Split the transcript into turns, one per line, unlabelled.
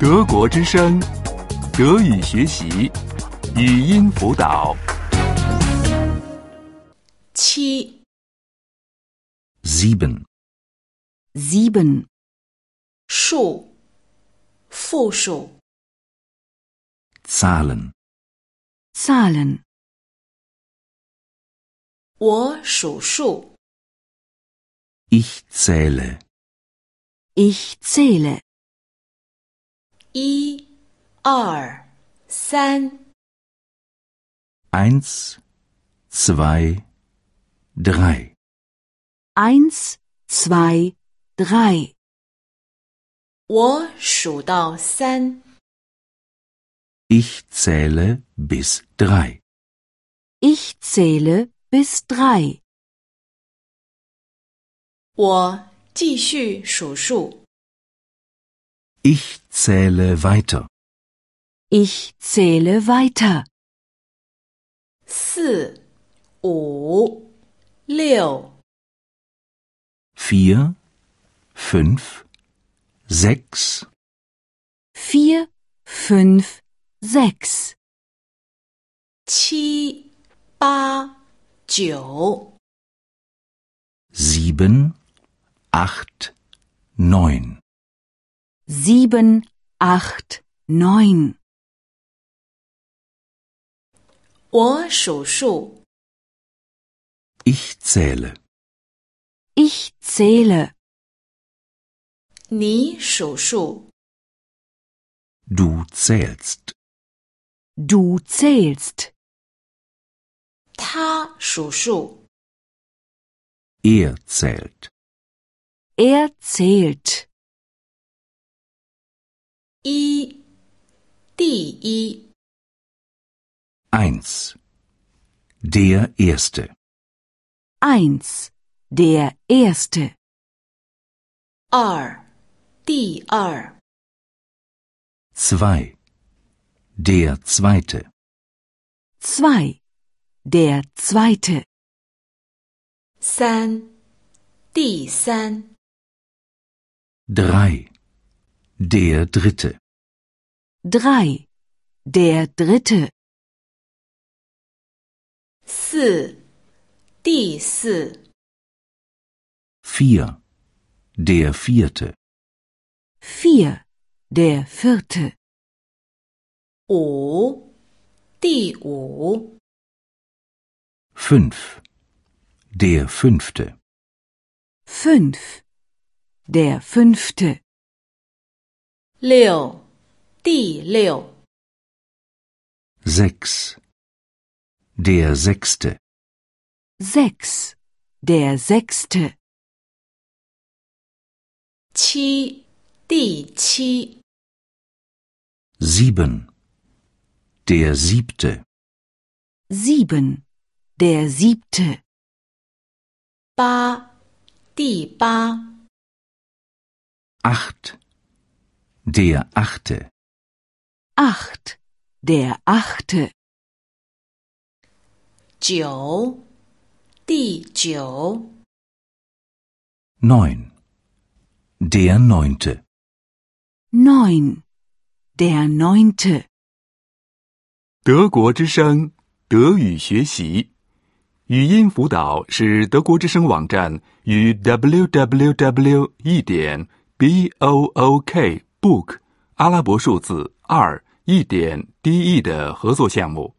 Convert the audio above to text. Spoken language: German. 德国之声，德语学习，语音辅导。
七
7.
7.
数，复数
Zahlen.
Zahlen.
我数数，
Ich zähle.
Ich zähle.
一、二、三、
Eins, zwei, drei.
Eins, zwei, drei.
我数到三，
Ich zähle bis drei.
Ich zähle bis drei.
我继续数数。
Ich zähle weiter.
Ich zähle weiter.
四、五、六、
Vier, fünf, sechs,
Vier, fünf, sechs.
七、八、九、
sieben, acht, neun.
Sieben, acht, neun.
我数数，
Ich zähle.
Ich zähle.
你数数，
Du zählst.
Du zählst.
他数数。
Er zählt.
Er zählt.
一，第一，
Eins. Der erste.
Eins. Der erste.
二，第二。
Zwei. Der zweite.
Zwei. Der zweite.
三，第三，
Drei. Der dritte.
Drei. Der dritte.
四，第四，
Vier. Der vierte.
Vier. Der vierte.
五，第五，
Fünf. Der fünfte.
Fünf. Der fünfte.
六，第六，
Sechs. Der sechste.
Sechs. Der sechste.
七，第七，
Sieben. Der siebte.
Sieben. Der siebte.
八，第八，
Acht. Der achte.
Acht. Der achte.
九，第九，
Neun. Der neunte.
Neun. Der neunte.
德国之声，德语学习，语音辅导是德国之声网站与 www. 一点 b o o k book 阿拉伯数字二一点 d e 的合作项目。